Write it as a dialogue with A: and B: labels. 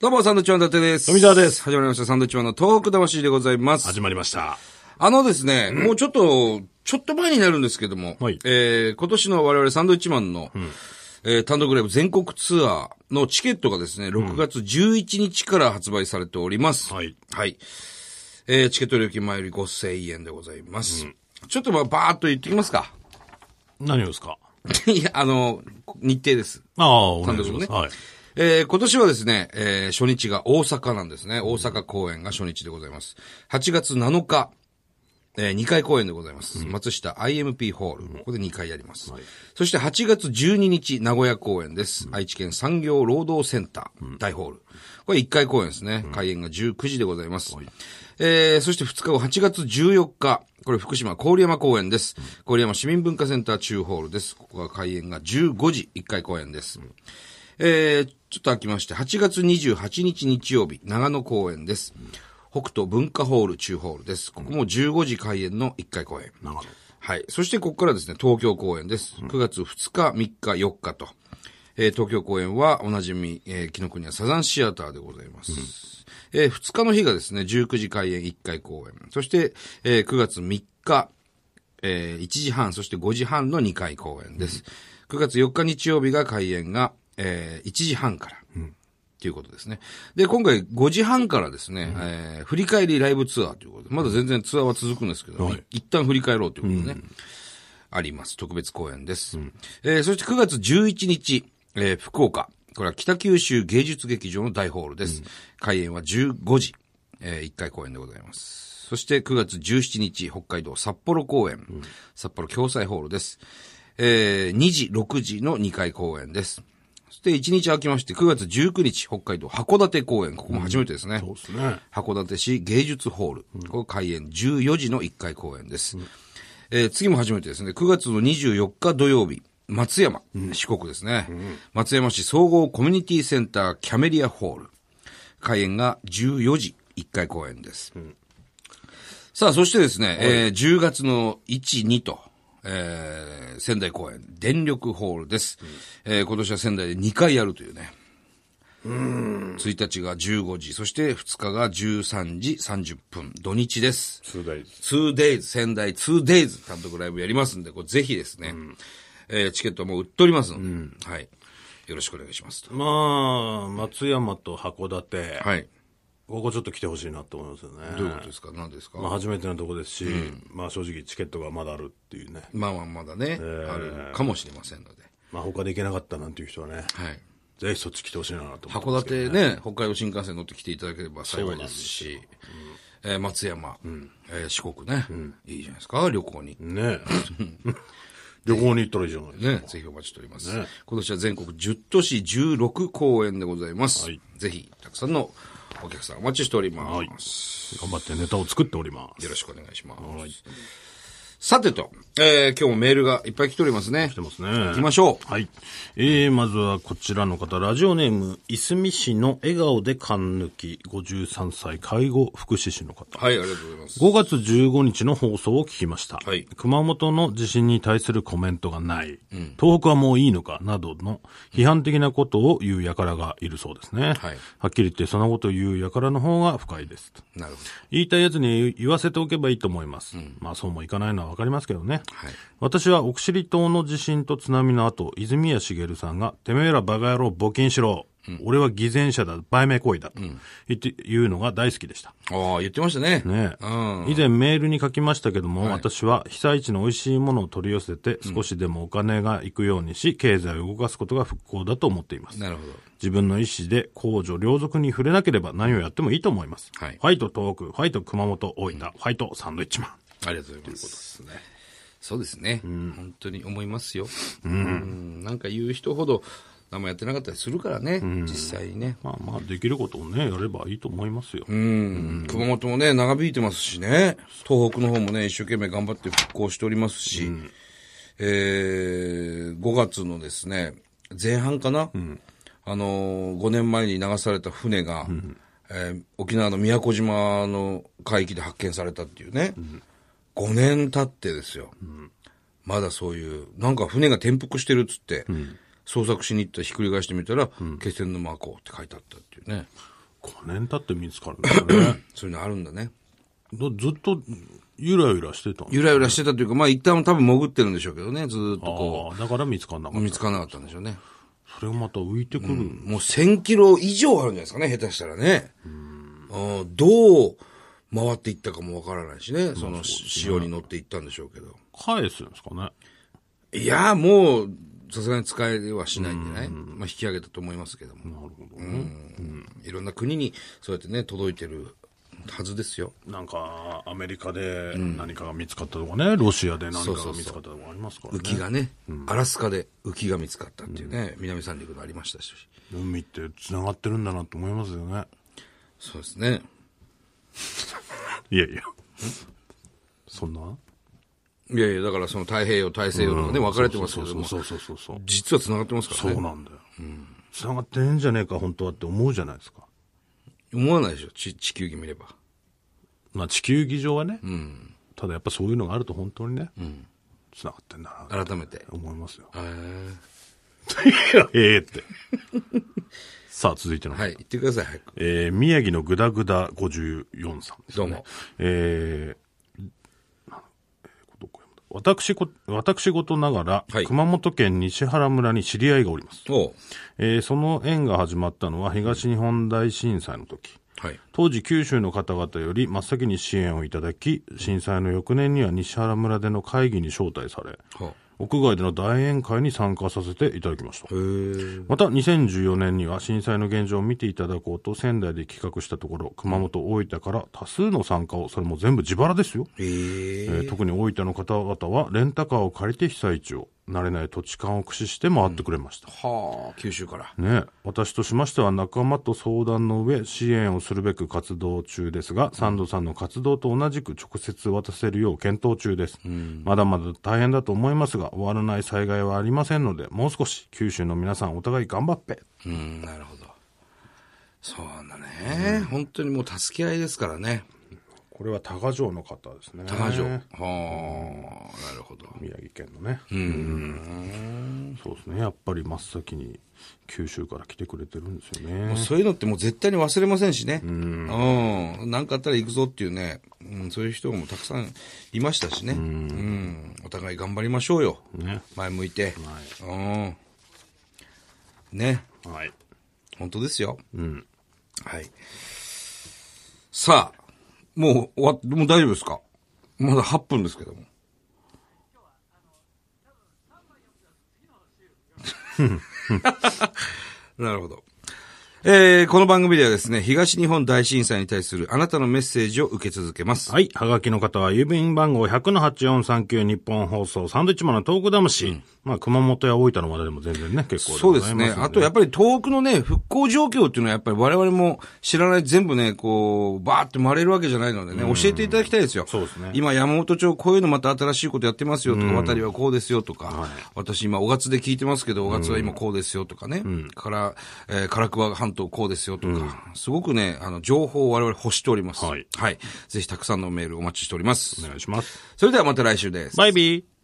A: どうも、サンドウィッチマン伊達です。
B: 富澤です
A: 始まりました、サンドウィッチマンのトーク魂でございます。
B: 始まりました。
A: あのですね、もうちょっと、ちょっと前になるんですけども、
B: はい
A: えー、今年の我々サンドウィッチマンの、えー、単独ライブ全国ツアーのチケットがですね、6月11日から発売されております。
B: はい。
A: はい。えー、チケット料金前より5000円でございます。ちょっとまあ、ばーっと言ってきますか。
B: 何をですか
A: いや、あの、日程です。
B: ああ、お願いし
A: 単独
B: ま
A: ね
B: す。はい。
A: えー今年はですね、えー初日が大阪なんですね。大阪公演が初日でございます。8月7日、え2回公演でございます。松下 IMP ホール。ここで2回やります。そして8月12日、名古屋公演です。愛知県産業労働センター、大ホール。これ1回公演ですね。開演が19時でございます。えーそして2日後、8月14日、これ福島郡山公園です。郡山市民文化センター中ホールです。ここが開演が15時、1回公演です。えーちょっと空きまして、8月28日日曜日、長野公演です。北斗文化ホール中ホールです。ここも15時開演の1回公演。
B: 長野。
A: はい。そしてここからですね、東京公演です。9月2日、3日、4日と。えー東京公演はおなじみ、えー、紀ノ国屋サザンシアターでございます。えー2日の日がですね、19時開演1回公演。そして、えー9月3日、えー1時半、そして5時半の2回公演です。9月4日日曜日が開演が、えー1時半から。ということですね。で、今回5時半からですね、えー振り返りライブツアーということで、まだ全然ツアーは続くんですけど、
B: はい
A: い一旦振り返ろうということでね、あります。特別公演です。えーそして9月11日、えー福岡。これは北九州芸術劇場の大ホールです。開演は15時、え1回公演でございます。そして9月17日、北海道札幌公演。札幌共済ホールです。えー2時、6時の2回公演です。そして1日空きまして、9月19日、北海道函館公演。ここも初めてですね。
B: そうですね。
A: 函館市芸術ホール。ここ開演14時の1回公演です。えー次も初めてですね、9月の24日土曜日、松山、四国ですね、松山市総合コミュニティセンターキャメリアホール。開演が14時1回公演です。さあ、そしてですね、えー10月の1、2と、えー仙台公演、電力ホールです。えー今年は仙台で2回やるというね。1日が15時、そして2日が13時30分、土日です。
B: 2 days。
A: 2days、仙台 2days 単独ライブやりますんで、これぜひですね、えーチケットはもう売っておりますので、はい。よろしくお願いしますと。
B: まあ、松山と函館、
A: はい。
B: ここちょっと来てほしいなと思いますよね。
A: どういうことですか何ですか、ま
B: まあ、
A: あ、
B: 初めてのとこですし、まあ正直チケットがまだあるっていうね。
A: まあまだね、あるかもしれませんので。
B: まあ他で行けなかったなんていう人はね、
A: はい。
B: ぜひそっち来てほしいなと思ってま
A: 函
B: すけど。
A: 館ね、北海道新幹線乗ってきていただければ幸いですし、えー松山、えー四国ね、いいじゃないですか、旅行に。
B: ね旅行に行ったらいいじゃないですか。
A: ね、ぜひお待ちしております。
B: ね
A: 今年は全国10都市16公演でございます。
B: はい
A: ぜひ、たくさんのお客さんお待ちしております。
B: はい頑張ってネタを作っております。
A: よろしくお願いします。
B: はい
A: さてと、えー今日もメールがいっぱい来ておりますね。
B: 来てますね。
A: 行きましょう。
B: はい。えー、まずはこちらの方、ラジオネーム、いすみ市の笑顔で勘抜き、53歳、介護福祉士の方。
A: はい、ありがとうございます。
B: 5月15日の放送を聞きました。
A: はい
B: 熊本の地震に対するコメントがない、東北はもういいのかなどの批判的なことを言う輩がいるそうですね。
A: はい
B: っきり言ってそんなことを言う輩の方が深いですと。
A: なるほ
B: 言いたいやつに言わせておけばいいと思います。まあそうもいかないのはわかりますけどね。
A: はい
B: 私は奥尻島の地震と津波の後、泉谷茂さんが、てめえらバカ野郎募金しろ。俺は偽善者だ、売名行為だ。と言って、言うのが大好きでした。
A: ど。ああ、言ってましたね。
B: ねえ
A: うん。
B: 以前メールに書きましたけども、私は被災地の美味しいものを取り寄せて、少しでもお金が行くようにし、経済を動かすことが復興だと思っています。
A: なるほど。
B: 自分の意思で公助両属に触れなければ何をやってもいいと思います。
A: はい
B: ファイト東北、ファイト熊本、大分、ファイトサンドイッチマン。
A: ありがとうございます。そうですね、本当に思いますよ。うん。なんか言う人ほど、何もやってなかったりするからね、実際にね。
B: まあまあ、できることをね、やればいいと思いますよ。
A: うん、熊本もね、長引いてますしね、東北の方もね、一生懸命頑張って復興しておりますし、えー、5月のですね、前半かな、あのー、5年前に流された船が、えー沖縄の宮古島の海域で発見されたっていうね、5年経ってですよ、まだそういう、なんか船が転覆してるっつって、捜索しに行ったらひっくり返してみたら、気仙沼港って書いてあったっていうね。
B: 5年経って見つかるんですよ ね
A: そういうのあるんだね。
B: どずっとゆらゆらしてたん
A: ゆらゆらしてたというか、まあ一旦多分潜ってるんでしょうけどね、ずーっとこ
B: ああだから見つかんなか
A: う、
B: っ
A: 見
B: た
A: つからなかったんでしょうね。
B: それがまた浮いてくる、
A: もう1000キロ以上あるんじゃないですかね、下手したらね。うんどう回っていったかもわからないしね、その潮に乗っていったんでしょうけど。
B: 返すんですかね
A: いや、もう、さすがに使えはしないんじゃないまあ引き上げたと思いますけども。
B: なるほど、
A: うんいろんな国にそうやってね、届いてるはずですよ。
B: なんかアメリカで何かが見つかったとかね、ロシアで何かが見つかったとかありますからね
A: 浮きがね、アラスカで浮きが見つかったっていうね、南三陸のありましたし。
B: 海ってつながってるんだなと思いますよね
A: そうですね。
B: いやいやそんない
A: やいや、だからその太平洋、大西洋とかね、分かれてますけども、
B: そうそうそうそうそう
A: 実は繋がってますから
B: そう
A: ね。
B: なんだよつな、がってんじゃねえか本当はって思うじゃないですか
A: 思わないでしょ、ち地球儀見れば。
B: まあ地球儀上はね、ただやっぱそういうのがあると本当にねつな、がってんだなっ
A: 改めて
B: て。思います よ
A: へー
B: いや ええって さあ続いての
A: はい、言ってください、早く。
B: えー宮城のぐだぐだ54さんですね。
A: どうも。
B: えーなえーどこ読んだ私こ、私事ながら、
A: はい
B: 熊本県西原村に知り合いがおります。
A: おう
B: えーその縁が始まったのは東日本大震災の時。
A: はい。
B: 当時九州の方々より真っ先に支援をいただき、震災の翌年には西原村での会議に招待され、
A: は
B: 屋外での大宴会に参加させていただきました。
A: へー
B: また2014年には震災の現状を見ていただこうと仙台で企画したところ熊本大分から多数の参加をそれも全部自腹ですよ、
A: えー
B: えー特に大分の方々はレンタカーを借りて被災地を慣れない土地勘を駆使して回ってくれました、
A: はあ、九州から。
B: ねえ私としましては仲間と相談の上支援をするべく活動中ですが、サンドさんの活動と同じく直接渡せるよう検討中です、まだまだ大変だと思いますが終わらない災害はありませんのでもう少し九州の皆さんお互い頑張って
A: うん、なるほど。そうなんだね。本当にもう助け合いですからね。
B: これは高城の方ですね。
A: 多賀城。はあ、なるほど。
B: 宮城県のね。うん。そうですね。やっぱり真っ先に九州から来てくれてるんですよね。
A: そういうのってもう絶対に忘れませんしね。うん。なんかあったら行くぞっていうね、うん、そういう人もたくさんいましたしね。うん,、お互い頑張りましょうよ。
B: ね
A: 前向いて。うん。ね。
B: はい。
A: 本当ですよ。うん。はい。さあ、もう終わっ、もう大丈夫ですかまだ8分ですけども。なるほど。えー、この番組ではですね、東日本大震災に対するあなたのメッセージを受け続けます。
B: はい。はがきの方は、郵便番号100-8439日本放送、サンドイッチマンのトーク魂。まあ、熊本や大分の話題でも全然ね、結構
A: そうですね。あとやっ
B: ぱ
A: ぱり東北のね、復興状況っていうのはやっぱり我々も知らない、全部ね、こう、バーって回れるわけじゃないのでね、教えていただきたいですよ。
B: そうですね
A: 今山本町こういうのまた新しいことやってますよとか、渡りはこうですよとか、私今小勝で聞いてますけど、小勝は今こうですよとかね、から、えー唐桑半島こうですよとか、すごくね、あの、情報を我々欲しております。
B: はい
A: はい。ぜひたくさんのメールお待ちしております。
B: お願いします。
A: それではまた来週です。
B: バイビー。